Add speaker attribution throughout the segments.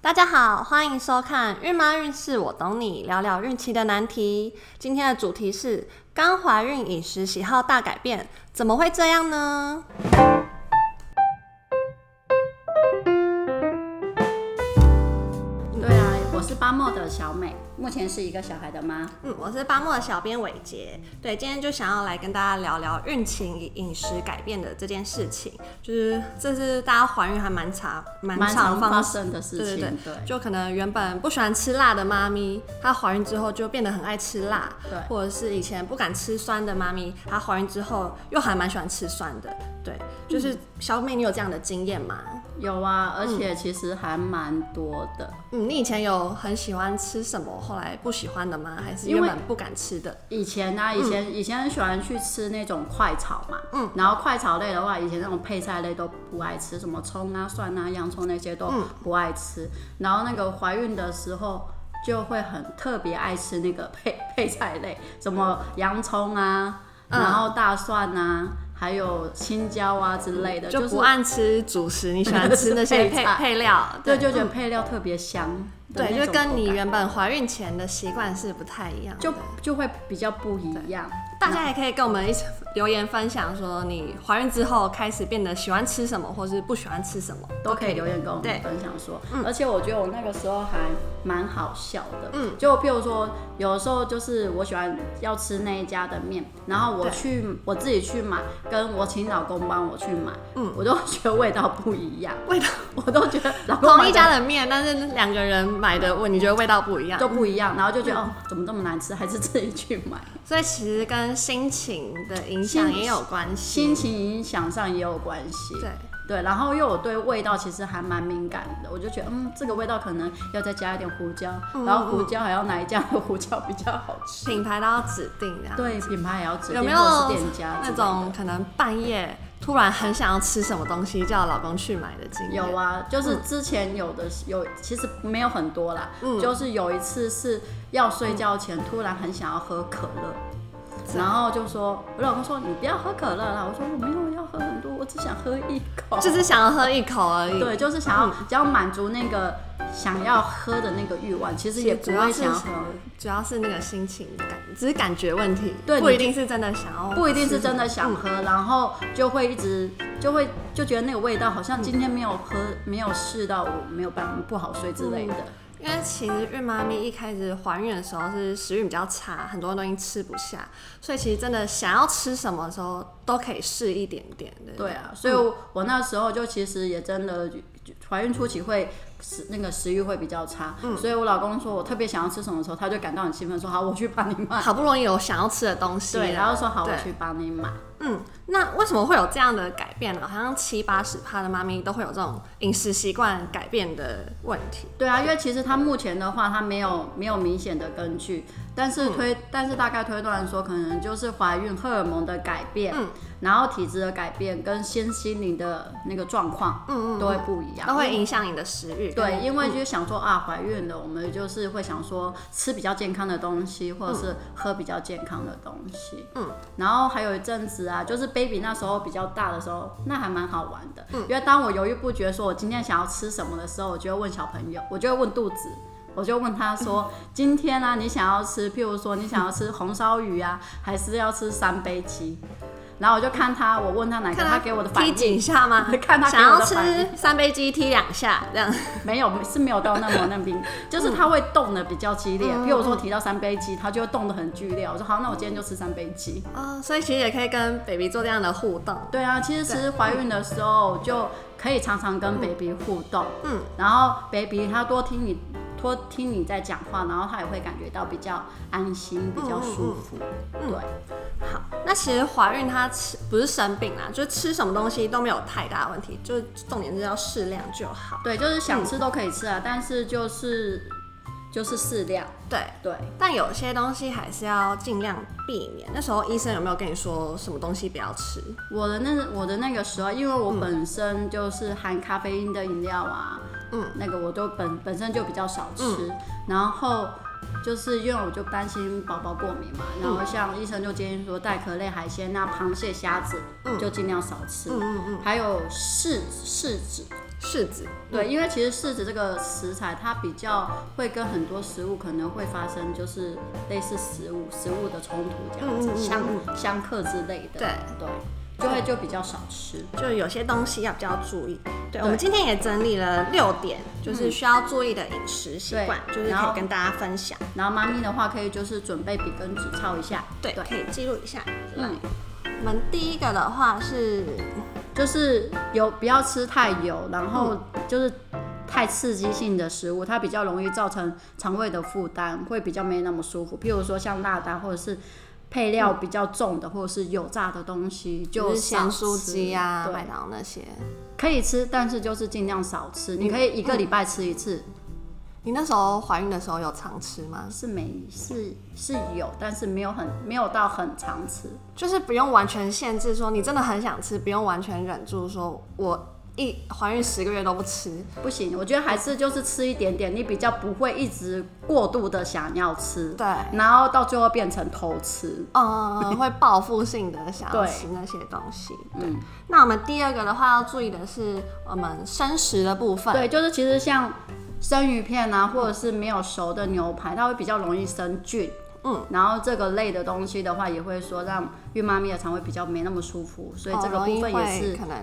Speaker 1: 大家好，欢迎收看《孕妈运势我懂你》，聊聊孕期的难题。今天的主题是刚怀孕饮食喜好大改变，怎么会这样呢？
Speaker 2: 对啊，我是巴莫的小美，目前是一个小孩的妈。
Speaker 1: 嗯，我是巴莫的小编伟杰。对，今天就想要来跟大家聊聊孕情饮食改变的这件事情，就是这是大家怀孕还蛮常蛮
Speaker 2: 蛮
Speaker 1: 常
Speaker 2: 常发
Speaker 1: 放
Speaker 2: 生的事
Speaker 1: 对
Speaker 2: 情，
Speaker 1: 对
Speaker 2: 对
Speaker 1: 就可能原本不喜欢吃辣的妈咪，她怀孕之后就变得很爱吃辣，
Speaker 2: 对
Speaker 1: 或者是以前不敢吃酸的妈咪，她怀孕之后又还蛮喜欢吃酸的，对，
Speaker 2: 嗯
Speaker 1: 就是小美，你有这样的经验吗？
Speaker 2: 有啊，而且其实还蛮多的，
Speaker 1: 嗯，你以前有很喜欢吃什么，后来不喜欢的吗？还是
Speaker 2: 因
Speaker 1: 原
Speaker 2: 为
Speaker 1: 本不敢吃的？
Speaker 2: 以前呢、啊
Speaker 1: 嗯
Speaker 2: 以前、以前很喜欢去吃那种快炒嘛，嗯，然后快炒类的话，以前那种配菜类都不爱吃，什么葱啊、蒜啊、洋葱那些都
Speaker 1: 嗯
Speaker 2: 不爱吃。然后那个怀孕的时候就会很特别爱吃那个配 配菜类，什么洋葱啊，
Speaker 1: 嗯
Speaker 2: 然后大蒜啊，还有青椒啊之类的，
Speaker 1: 就是不按吃主食，你喜欢吃那些
Speaker 2: 配
Speaker 1: 配
Speaker 2: 菜
Speaker 1: 配料，
Speaker 2: 对，就觉得配料特别香的那种口感。
Speaker 1: 嗯对，就跟你原本怀孕前的习惯是不太一样的，
Speaker 2: 就就会比较不一样。
Speaker 1: 大家也可以跟我们一起留言分享，说你怀孕之后开始变得喜欢吃什么，或是不喜欢吃什么，
Speaker 2: 都可以留言跟我
Speaker 1: 对嗯
Speaker 2: 们分享说，而且我觉得我那个时候还蛮好笑的，嗯，就譬如说，有时候就是我喜欢要吃那一家的面，然后我
Speaker 1: 对
Speaker 2: 去我自己去买，跟我请老公帮我去买，嗯，我都觉得味道不一样，
Speaker 1: 味道
Speaker 2: 我都觉得老公
Speaker 1: 同
Speaker 2: 买
Speaker 1: 一
Speaker 2: 的
Speaker 1: 家的嗯面，但是两个人买的味，你觉得味道不一样，
Speaker 2: 都不一样，然后就觉得、
Speaker 1: 嗯
Speaker 2: 哦，怎么这么难吃，还是自己去买，
Speaker 1: 所以其实跟心情的影响
Speaker 2: 心
Speaker 1: 也有关系。
Speaker 2: 心情影响上也有关系，
Speaker 1: 对，
Speaker 2: 对，然后因为我对味道其实还蛮敏感的，我就觉得嗯，这个味道可能要再加一点胡椒，然后胡椒还要哪一家的胡椒比较好
Speaker 1: 嗯
Speaker 2: 吃？
Speaker 1: 品牌都要指定这样。
Speaker 2: 对，品牌也要指定
Speaker 1: 有嗯没
Speaker 2: 或者是
Speaker 1: 有
Speaker 2: 店家之
Speaker 1: 那
Speaker 2: 类的
Speaker 1: 种可能半夜突然很想要吃什么东西，叫老公去买的经验？
Speaker 2: 有啊，
Speaker 1: 嗯
Speaker 2: 就是之前有的有，其实没有很多啦，就是有一次是要睡觉前突然很想要喝可乐。然后就说，我老公说你不要喝可乐啦。我说我没有要喝很多，我只想喝一口。
Speaker 1: 就是想要喝一口而已。
Speaker 2: 对，就是想要
Speaker 1: 嗯
Speaker 2: 只要满足那个想要喝的那个欲望，其实也不
Speaker 1: 主要
Speaker 2: 会
Speaker 1: 是
Speaker 2: 想要喝，
Speaker 1: 主要是那个心情感，只是感觉问题，
Speaker 2: 对
Speaker 1: 不
Speaker 2: 你
Speaker 1: 一定是真的想要，
Speaker 2: 不一定是真的
Speaker 1: 嗯
Speaker 2: 想喝，然后就会一直就会就觉得那个味道好像今天没有喝，没有试到，我没有办法不好睡之类的。
Speaker 1: 因为其实孕妈咪一开始怀孕的时候是食欲比较差，很多东西吃不下，所以其实真的想要吃什么的时候都可以试一点点的。
Speaker 2: 对啊，所以我我那时候就其实也真的怀孕初期会食那个食欲会比较差，
Speaker 1: 嗯
Speaker 2: 所以我老公说我特别想要吃什么的时候，他就感到很兴奋，说好我去帮你买，
Speaker 1: 好不容易有想要吃的东西了，
Speaker 2: 对，然后说好我
Speaker 1: 啊对
Speaker 2: 去帮你买。
Speaker 1: 嗯，那为什么会有这样的改变呢？好像七八十趴的妈咪都会有这种饮食习惯改变的问题。
Speaker 2: 对啊，因为其实他目前的话，他没有没有明显的根据，但是推、但是大概推断说，可能就是怀孕荷尔蒙的改变，然后体质的改变跟先心灵的那个状况，嗯嗯，都会不一样，
Speaker 1: 那会影响你的食欲，
Speaker 2: 对，因为就是想说啊，怀孕了，我们就是会想说吃比较健康的东西，或者是喝比较健康的东西。嗯，然后还有一阵子啊，就是 baby 那时候比较大的时候，那还蛮好玩的。因为当我犹豫不决，说我今天想要吃什么的时候，我就会问小朋友，我就会问肚子。我就问他说：“今天啊，你想要吃，譬如说你想要吃红烧鱼啊，还是要吃三杯鸡？”然后我就看他，我问他哪个，
Speaker 1: 看
Speaker 2: 他给我的反
Speaker 1: 踢
Speaker 2: 应
Speaker 1: 几下吗？
Speaker 2: 看他给
Speaker 1: 想
Speaker 2: 我
Speaker 1: 要
Speaker 2: 的反应
Speaker 1: 吃三杯鸡，踢两下这样。
Speaker 2: 没有是没有到那么那 冰，就是它会动的比较激烈。比如说提到三杯鸡，它就会动的很剧烈。我说好，那我今天就吃三杯鸡。
Speaker 1: 啊、所以其实也可以跟 baby 做这样的互动。
Speaker 2: 对啊，其实其实怀孕的时候就可以常常跟 baby 互动，嗯，然后 baby 他多听你多听你在讲话，然后他也会感觉到比较安心，比较舒服。对，
Speaker 1: 好，那其实怀孕她吃不是生病啦，就是吃什么东西都没有太大问题，就是重点是要适量就好。
Speaker 2: 对，就是想吃都可以吃啊，但是就是就是适量。
Speaker 1: 对，
Speaker 2: 对，
Speaker 1: 但有些东西还是要尽量避免。那时候医生有没有跟你说什么东西不要吃？
Speaker 2: 我的那我的那个时候，因为我本身就是含咖啡因的饮料啊，嗯，那个我都本本身就比较少吃，然后就是因为我就担心宝宝过敏嘛，然后像医生就建议说带壳类海鲜啊、螃蟹、虾子就尽量少吃，嗯嗯嗯，还有柿柿子，
Speaker 1: 柿子，
Speaker 2: 对，因为其实柿子这个食材，它比较会跟很多食物可能会发生，就是类似食物食物的冲突这样
Speaker 1: 嗯嗯嗯
Speaker 2: 子，相
Speaker 1: 嗯
Speaker 2: 相克之类的。
Speaker 1: 对
Speaker 2: 对，就会就比较少吃。
Speaker 1: 就有些东西要比较注意。对，
Speaker 2: 对
Speaker 1: 我们今天也整理了六点，就是需要注意的饮食习惯，
Speaker 2: 嗯对
Speaker 1: 就是
Speaker 2: 然
Speaker 1: 可
Speaker 2: 后
Speaker 1: 以跟大家分享。
Speaker 2: 然后妈咪的话，可以就是准备笔跟纸抄一下。
Speaker 1: 对，可以记录一下。
Speaker 2: 对
Speaker 1: 嗯，我们第一个的话是，
Speaker 2: 就是油不要吃太油，然
Speaker 1: 嗯
Speaker 2: 后就是太刺激性的食物，它比较容易造成肠胃的负担，会比较没那么舒服。譬如说像辣的啊，或者是配料比较重的，或者是油炸的东西，
Speaker 1: 嗯是
Speaker 2: 就
Speaker 1: 咸
Speaker 2: 少
Speaker 1: 酥
Speaker 2: 吃
Speaker 1: 鸡啊、麦
Speaker 2: 对，
Speaker 1: 当劳那些。
Speaker 2: 可以吃，但是就是尽量少吃。
Speaker 1: 嗯
Speaker 2: 你可以一个礼拜吃一次，
Speaker 1: 你那时候怀孕的时候有常吃吗？
Speaker 2: 是没是是有，但是没有很没有到很常吃。
Speaker 1: 就是不用完全限制，说你真的很想吃，不用完全忍住，说我一怀孕十个月都不吃。
Speaker 2: 不行，我觉得还是就是吃一点点，你比较不会一直过度的想要吃，
Speaker 1: 对，
Speaker 2: 然后到最后变成偷吃。
Speaker 1: 嗯，会报复性的想要
Speaker 2: 对
Speaker 1: 吃那些东西。对，
Speaker 2: 嗯
Speaker 1: 那我们第二个的话要注意的是，我们生食的部分。
Speaker 2: 对，就是其实像生鱼片啊，或者是没有熟的牛排，它会比较容易生菌。
Speaker 1: 嗯，
Speaker 2: 然后这个类的东西的话，也会说让孕妈咪的肠胃比较没那么舒服，所以
Speaker 1: 哦
Speaker 2: 这个
Speaker 1: 容易
Speaker 2: 部分
Speaker 1: 会
Speaker 2: 也是、
Speaker 1: 可能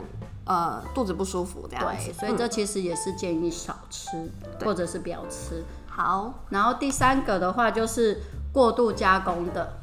Speaker 1: 呃肚子不舒服这样子
Speaker 2: 对，。所以这其实也是建议少吃，
Speaker 1: 嗯对
Speaker 2: 或者是不要吃。
Speaker 1: 好，
Speaker 2: 然后第三个的话就是过度加工的，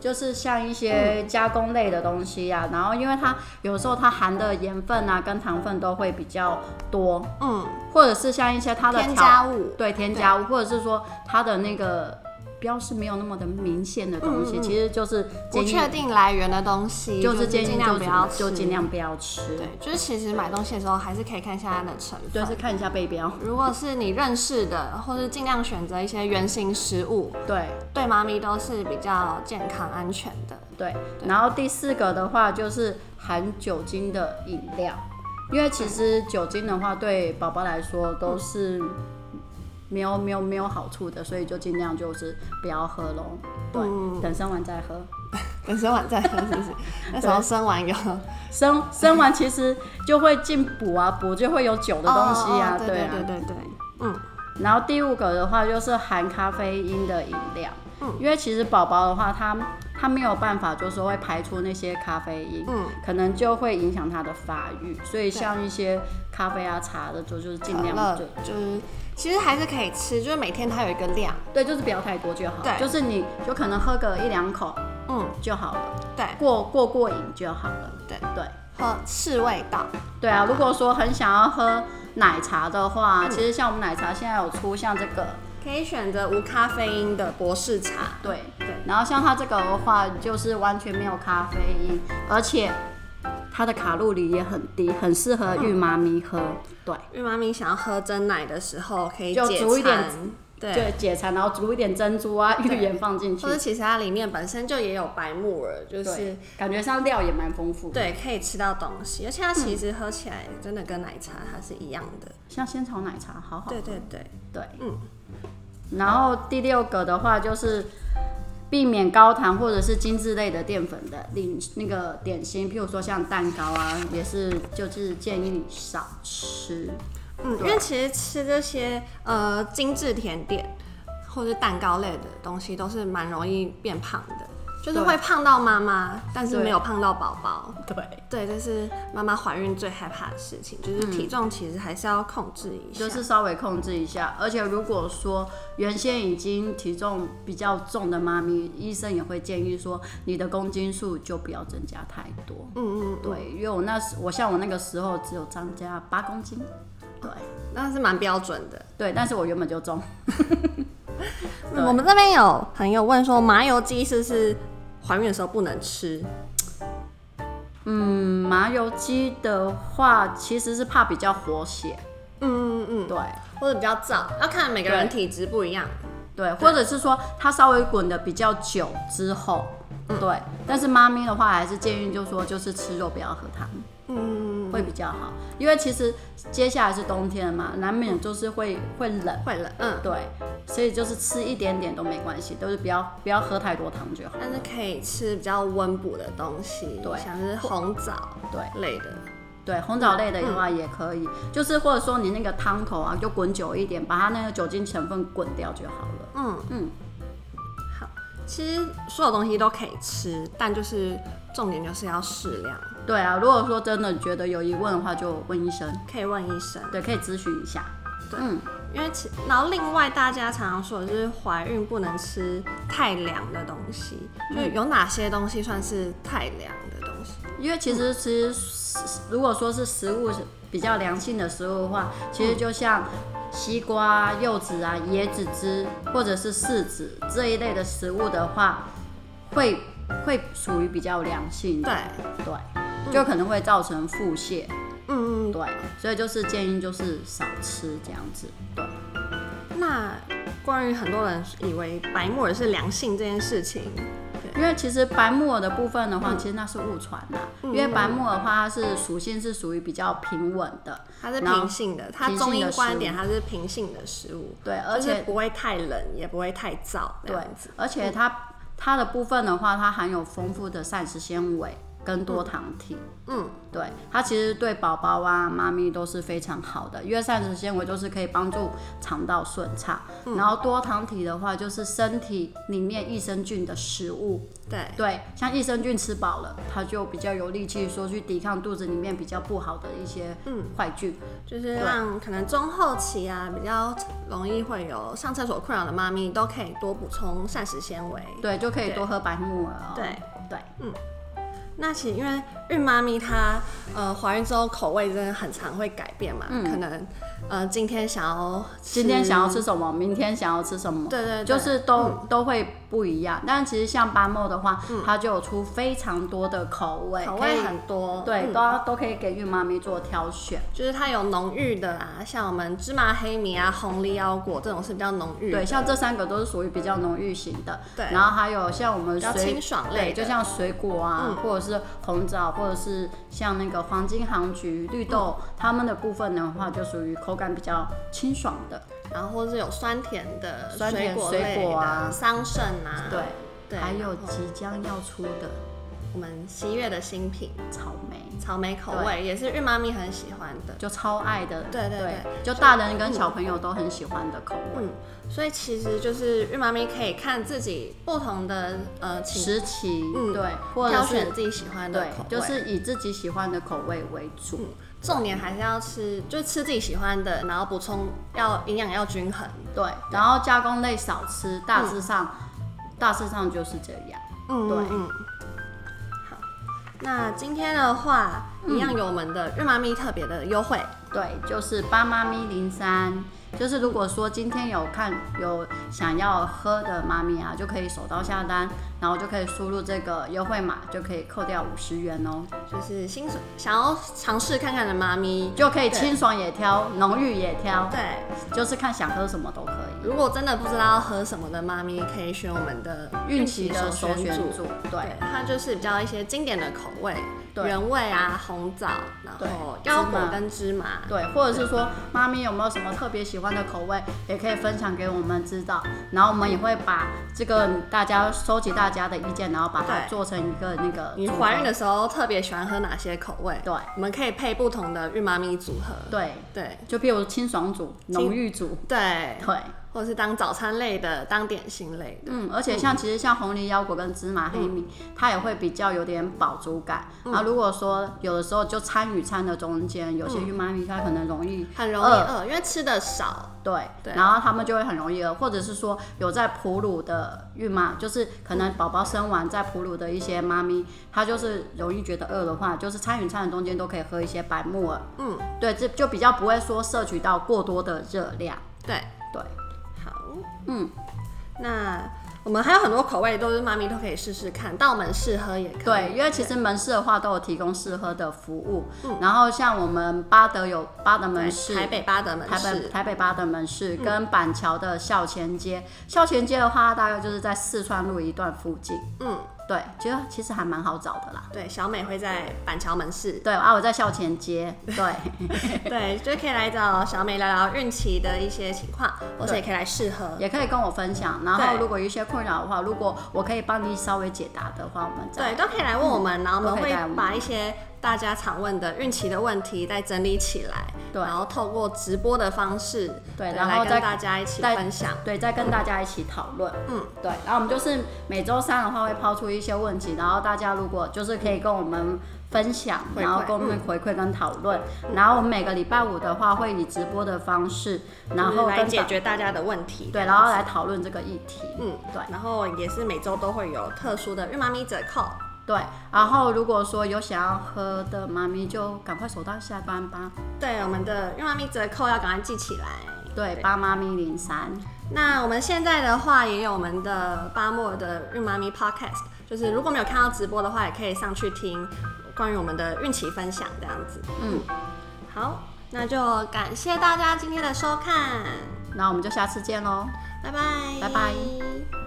Speaker 2: 就是像一
Speaker 1: 嗯
Speaker 2: 些加工类的东西呀、然后因为它有时候它含的盐分啊跟糖分都会比较多，
Speaker 1: 嗯，
Speaker 2: 或者是像一些它的
Speaker 1: 添
Speaker 2: 调
Speaker 1: 加物
Speaker 2: 对添加物，或者是说它的那个标示没有那么的明显的东西，其实就是
Speaker 1: 嗯不
Speaker 2: 建议
Speaker 1: 确定来源的东西，
Speaker 2: 就是是建议
Speaker 1: 尽量
Speaker 2: 就
Speaker 1: 不
Speaker 2: 是
Speaker 1: 要吃，
Speaker 2: 就尽量不要吃，
Speaker 1: 对，就是其实买东西的时候还是可以看一下它的成分。
Speaker 2: 就是看一下背标，
Speaker 1: 如果是你认识的，或是尽量选择一些原型食物，
Speaker 2: 对。
Speaker 1: 对妈咪都是比较健康安全的。
Speaker 2: 对，然后第四个的话就是含酒精的饮料，因为其实酒精的话对宝宝来说都是没有没有没有好处的，所以就尽量就是不要喝咯。对，
Speaker 1: 嗯
Speaker 2: 等生完再喝。
Speaker 1: 等生完再喝，是不是？那时候生完有
Speaker 2: 生生完其实就会进补 啊，补就会有酒的东西啊，
Speaker 1: 哦哦对
Speaker 2: 啊。
Speaker 1: 对对对对，嗯，
Speaker 2: 然后第五个的话就是含咖啡因的饮料，
Speaker 1: 嗯
Speaker 2: 因为其实宝宝的话，他他没有办法，就是说会排出那些咖啡因，
Speaker 1: 嗯
Speaker 2: 可能就会影响他的发育，所以像一些咖啡啊、茶的，就就是 尽
Speaker 1: 可
Speaker 2: 量
Speaker 1: 乐
Speaker 2: 就
Speaker 1: 就是其实还是可以吃，就是每天它有一个量，
Speaker 2: 对，就是不要太多就好
Speaker 1: 对，
Speaker 2: 就是你就可能喝个一两口
Speaker 1: 嗯，
Speaker 2: 就好了，
Speaker 1: 对
Speaker 2: 过过过瘾就好了，
Speaker 1: 对
Speaker 2: 对。
Speaker 1: 喝试味道，
Speaker 2: 对啊，如果说很想要喝奶茶的话，
Speaker 1: 嗯
Speaker 2: 其实像我们奶茶现在有出像这个，
Speaker 1: 可以选择无咖啡因的博士茶，
Speaker 2: 对
Speaker 1: 对
Speaker 2: 然后像它这个的话，就是完全没有咖啡因，而且它的卡路里也很低，很适合孕妈咪喝。对，
Speaker 1: 孕妈咪想要喝真奶的时候可以
Speaker 2: 就
Speaker 1: 解
Speaker 2: 煮一点
Speaker 1: 馋，对。
Speaker 2: 就解馋，然后煮一点珍珠啊、
Speaker 1: 对
Speaker 2: 芋圆放进去
Speaker 1: 或，者其实它里面本身就也有白木耳，就是
Speaker 2: 对，感觉上料也蛮丰富的。
Speaker 1: 对，可以吃到东西，而且它
Speaker 2: 嗯
Speaker 1: 其实喝起来真的跟奶茶它是一样的。
Speaker 2: 像仙草奶茶，好好。
Speaker 1: 对对对，
Speaker 2: 哦对，
Speaker 1: 嗯。
Speaker 2: 然后第六个的话就是避免高糖或者是精致类的淀粉的零那个点心，譬如说像蛋糕啊，也是就是建议你少吃。
Speaker 1: 嗯，因为其实吃这些呃精致甜点或是蛋糕类的东西，都是蛮容易变胖的，就是
Speaker 2: 对
Speaker 1: 会胖到妈妈，但是
Speaker 2: 对
Speaker 1: 没有胖到宝宝。
Speaker 2: 对。
Speaker 1: 对，这是妈妈怀孕最害怕的事情，就是体重其实还是要控制一下。
Speaker 2: 嗯就是稍微控制一下，而且如果说原先已经体重比较重的妈咪，医生也会建议说你的公斤数就不要增加太多。
Speaker 1: 嗯嗯，
Speaker 2: 对，因为我那时我像我那个时候只有增加八公斤，对
Speaker 1: 那是蛮标准的。
Speaker 2: 对，但是我原本就重，对
Speaker 1: 嗯我们这边有朋友问说，麻油鸡是不是怀孕的时候不能吃？
Speaker 2: 嗯，麻油鸡的话，其实是怕比较活血，
Speaker 1: 嗯嗯嗯，
Speaker 2: 对
Speaker 1: 或者比较燥，要看每个人体质不一样。
Speaker 2: 对，或者是说它稍微滚的比较久之后，
Speaker 1: 嗯
Speaker 2: 对。但是妈咪的话，还是建议就说就是吃肉不要喝汤，
Speaker 1: 嗯，
Speaker 2: 会比较好，因为其实接下来是冬天了嘛，难免就是会会冷，
Speaker 1: 会冷，嗯，
Speaker 2: 对，所以就是吃一点点都没关系，都是不要不要喝太多汤就好，
Speaker 1: 但是可以吃比较温补的东西，
Speaker 2: 对
Speaker 1: 像是红枣
Speaker 2: 对。
Speaker 1: 类的。
Speaker 2: 对，红枣类的话也可以，就是或者说你那个汤头啊，就滚久一点，把它那个酒精成分滚掉就好了。
Speaker 1: 嗯
Speaker 2: 嗯，
Speaker 1: 好，其实所有东西都可以吃，但就是重点就是要适量，
Speaker 2: 对啊，如果说真的觉得有疑问的话，就问医生，
Speaker 1: 可以问医生。
Speaker 2: 对，可以咨询一下。
Speaker 1: 对
Speaker 2: 嗯，
Speaker 1: 因为其然后另外大家常常说的就是怀孕不能吃太凉的东西，就是有哪些东西算是太凉的东西？
Speaker 2: 因为其实吃，如果说是食物比较良性的食物的话，其实就像西瓜啊、柚子啊、椰子汁或者是柿子这一类的食物的话，会会属于比较良性
Speaker 1: 对
Speaker 2: 的，，对，就可能会造成腹泻，
Speaker 1: 嗯，
Speaker 2: 对，啊所以就是建议就是少吃这样子，对。
Speaker 1: 那关于很多人以为白木耳是良性这件事情，
Speaker 2: 因为其实白木耳的部分的话，其实那是误传啦。因为白木耳的话，它是属性是属于比较平稳的，
Speaker 1: 它是
Speaker 2: 然后
Speaker 1: 平性的，它
Speaker 2: 平性
Speaker 1: 中医
Speaker 2: 的
Speaker 1: 观
Speaker 2: 食物
Speaker 1: 点它是平性的食物，
Speaker 2: 对，而
Speaker 1: 就是
Speaker 2: 且嗯
Speaker 1: 不会太冷，也不会太燥，这
Speaker 2: 对
Speaker 1: 样子，
Speaker 2: 而且它它的部分的话，它含有丰富的膳食纤维跟多糖体。
Speaker 1: 嗯，
Speaker 2: 对，它其实对宝宝啊、妈咪都是非常好的，因为膳食纤维就是可以帮助肠道顺畅，然后多糖体的话就是身体里面益生菌的食物，
Speaker 1: 对，
Speaker 2: 对，像益生菌吃饱了，它就比较有力气说去抵抗肚子里面比较不好的一些
Speaker 1: 嗯
Speaker 2: 坏菌。
Speaker 1: 就是
Speaker 2: 对
Speaker 1: 让可能中后期啊比较容易会有上厕所困扰的妈咪都可以多补充膳食纤维，
Speaker 2: 对，就可以
Speaker 1: 对
Speaker 2: 多喝白木耳、哦。
Speaker 1: 对。
Speaker 2: 对
Speaker 1: 那其实因为孕妈咪她呃怀孕之后口味真的很常会改变嘛，可能呃今天想要
Speaker 2: 今天想要吃什么，明天想要吃什么，
Speaker 1: 对对对嗯
Speaker 2: 就是都、都会不一样。但其实像巴莫的话，它就有出非常多的口味，
Speaker 1: 口
Speaker 2: 可以
Speaker 1: 味很多，
Speaker 2: 对，
Speaker 1: 嗯
Speaker 2: 都都可以给孕妈咪做挑选。
Speaker 1: 就是它有浓郁的啊，像我们芝麻黑米啊、红梨腰果这种是比较浓郁的，
Speaker 2: 对，像这三个都是属于比较浓郁型的，
Speaker 1: 嗯对
Speaker 2: 然后还有像我们
Speaker 1: 比较
Speaker 2: 水
Speaker 1: 清爽类的，
Speaker 2: 对，
Speaker 1: 嗯
Speaker 2: 就像水果啊，或者是红枣，或者是像那个黄金杭菊、绿豆，
Speaker 1: 嗯
Speaker 2: 它们的部分的话，就属于口感比较清爽的，
Speaker 1: 然后或是有酸甜的
Speaker 2: 酸甜
Speaker 1: 果
Speaker 2: 水
Speaker 1: 类
Speaker 2: 果啊
Speaker 1: 的桑葚啊，
Speaker 2: 对，
Speaker 1: 对，
Speaker 2: 还有
Speaker 1: 然后
Speaker 2: 即将要出的
Speaker 1: 我们十一月的新品
Speaker 2: 草莓，
Speaker 1: 草莓口味也是孕妈咪很喜欢的，
Speaker 2: 就超爱的，
Speaker 1: 对对对
Speaker 2: 就大人跟小朋友都很喜欢的口味。
Speaker 1: 嗯，所以其实就是孕妈咪可以看自己不同的呃情
Speaker 2: 时期，
Speaker 1: 嗯
Speaker 2: 对，或者
Speaker 1: 挑选
Speaker 2: 是
Speaker 1: 自己喜欢的
Speaker 2: 对
Speaker 1: 口味，，
Speaker 2: 就是以自己喜欢的口味为主。
Speaker 1: 重点还是要吃，就吃自己喜欢的，然后补充要营养要均衡。
Speaker 2: 对，然后加工类少吃，大致上、大致上就是这样。
Speaker 1: 嗯
Speaker 2: 对
Speaker 1: 嗯。好，那今天的话，一样有我们的日妈咪特别的优惠，
Speaker 2: 对，就是八妈咪零三。就是如果说今天有看有想要喝的妈咪啊，就可以手刀下单，然后就可以输入这个优惠码，就可以扣掉五十元哦，
Speaker 1: 就是新手想要尝试看看的妈咪，
Speaker 2: 就可以清爽也挑，浓郁也挑，
Speaker 1: 对，
Speaker 2: 就是看想喝什么都可以。
Speaker 1: 如果真的不知道要喝什么的妈咪，可以选我们的
Speaker 2: 孕期的首
Speaker 1: 首
Speaker 2: 选
Speaker 1: 组。
Speaker 2: 组，对，
Speaker 1: 它就是比较一些经典的口味，
Speaker 2: 对
Speaker 1: 原味啊、红枣，然
Speaker 2: 对
Speaker 1: 后腰
Speaker 2: 芝
Speaker 1: 果
Speaker 2: 麻
Speaker 1: 跟芝麻，
Speaker 2: 对，或者是说妈咪有没有什么特别喜欢的口味，也可以分享给我们知道，然后我们也会把这个大家收集大家的意见，然后把它
Speaker 1: 对
Speaker 2: 做成一个那个
Speaker 1: 你
Speaker 2: 组合
Speaker 1: 怀孕的时候特别喜欢喝哪些口味？
Speaker 2: 对
Speaker 1: 我们可以配不同的孕妈咪组合。
Speaker 2: 对，
Speaker 1: 对
Speaker 2: 就譬如清爽组、浓郁组，
Speaker 1: 对，
Speaker 2: 对，
Speaker 1: 或者是当早餐类的，当点心类的。
Speaker 2: 嗯，而且像其实像红梨腰果跟芝麻黑米，
Speaker 1: 嗯
Speaker 2: 它也会比较有点饱足感。啊，如果说有的时候就餐与餐的中间，有些孕妈咪她可能容易
Speaker 1: 很容易饿，因为吃的少，
Speaker 2: 对，
Speaker 1: 嗯对啊
Speaker 2: 然后他们就会很容易饿，或者是说有在哺乳的孕妈，就是可能宝宝生完在哺乳的一些妈咪，她就是容易觉得饿的话，就是餐与餐的中间都可以喝一些白木耳，
Speaker 1: 嗯，
Speaker 2: 对，这就比较不会说摄取到过多的热量，
Speaker 1: 对，
Speaker 2: 对，
Speaker 1: 好，
Speaker 2: 嗯，
Speaker 1: 那我们还有很多口味，都是妈咪都可以试试看，到我们试喝也可以。
Speaker 2: 对，因为其实门市的话都有提供适合的服务，然后像我们巴德有巴德门市，
Speaker 1: 对嗯台北八德门
Speaker 2: 台北
Speaker 1: 市，嗯
Speaker 2: 台北八的门市跟板桥的校前街，校前街的话，大概就是在四川路一段附近。
Speaker 1: 嗯，
Speaker 2: 对，其实其实还蛮好找的啦。
Speaker 1: 对，小美会在板桥门 市，
Speaker 2: 对啊，我在校前街，对
Speaker 1: 对，就可以来找小美聊聊孕期的一些情况，或者
Speaker 2: 对
Speaker 1: 也可以来试喝。
Speaker 2: 也可以跟我分享。然后
Speaker 1: 对
Speaker 2: 如果有一些困扰的话，如果我可以帮你稍微解答的话，我们再
Speaker 1: 对，都可以来问我们，然后我们
Speaker 2: 嗯都可
Speaker 1: 会
Speaker 2: 以来问
Speaker 1: 把一些大家常问的孕期的问题再整理起来，
Speaker 2: 对
Speaker 1: 然后透过直播的方式，
Speaker 2: 对然
Speaker 1: 来
Speaker 2: 后
Speaker 1: 跟
Speaker 2: 再
Speaker 1: 大家一起
Speaker 2: 再
Speaker 1: 分享。
Speaker 2: 对，再跟大家一起讨论。
Speaker 1: 嗯，
Speaker 2: 对。然后我们就是每周三的话会抛出一些问题，然后大家如果就是可以跟我们分享，
Speaker 1: 回馈嗯
Speaker 2: 然后跟我们回馈跟讨论。然后我们每个礼拜五的话会以直播的方式，然
Speaker 1: 就是
Speaker 2: 后
Speaker 1: 来
Speaker 2: 跟
Speaker 1: 解
Speaker 2: 大
Speaker 1: 决大家的问题。
Speaker 2: 对，然后来讨论这个议题。
Speaker 1: 嗯，
Speaker 2: 对
Speaker 1: 然后也是每周都会有特殊的孕妈咪折扣。
Speaker 2: 对，然后如果说有想要喝的妈咪，就赶快手到下班吧。
Speaker 1: 对，我们的孕妈咪折扣要赶快记起来。
Speaker 2: 对，八妈咪零三。
Speaker 1: 那我们现在的话，也有我们的巴莫的孕妈咪 Podcast，就是如果没有看到直播的话，也可以上去听关于我们的孕期分享这样子。
Speaker 2: 嗯，
Speaker 1: 好，那就感谢大家今天的收看，
Speaker 2: 那我们就下次见喽。
Speaker 1: 拜拜，
Speaker 2: 拜拜。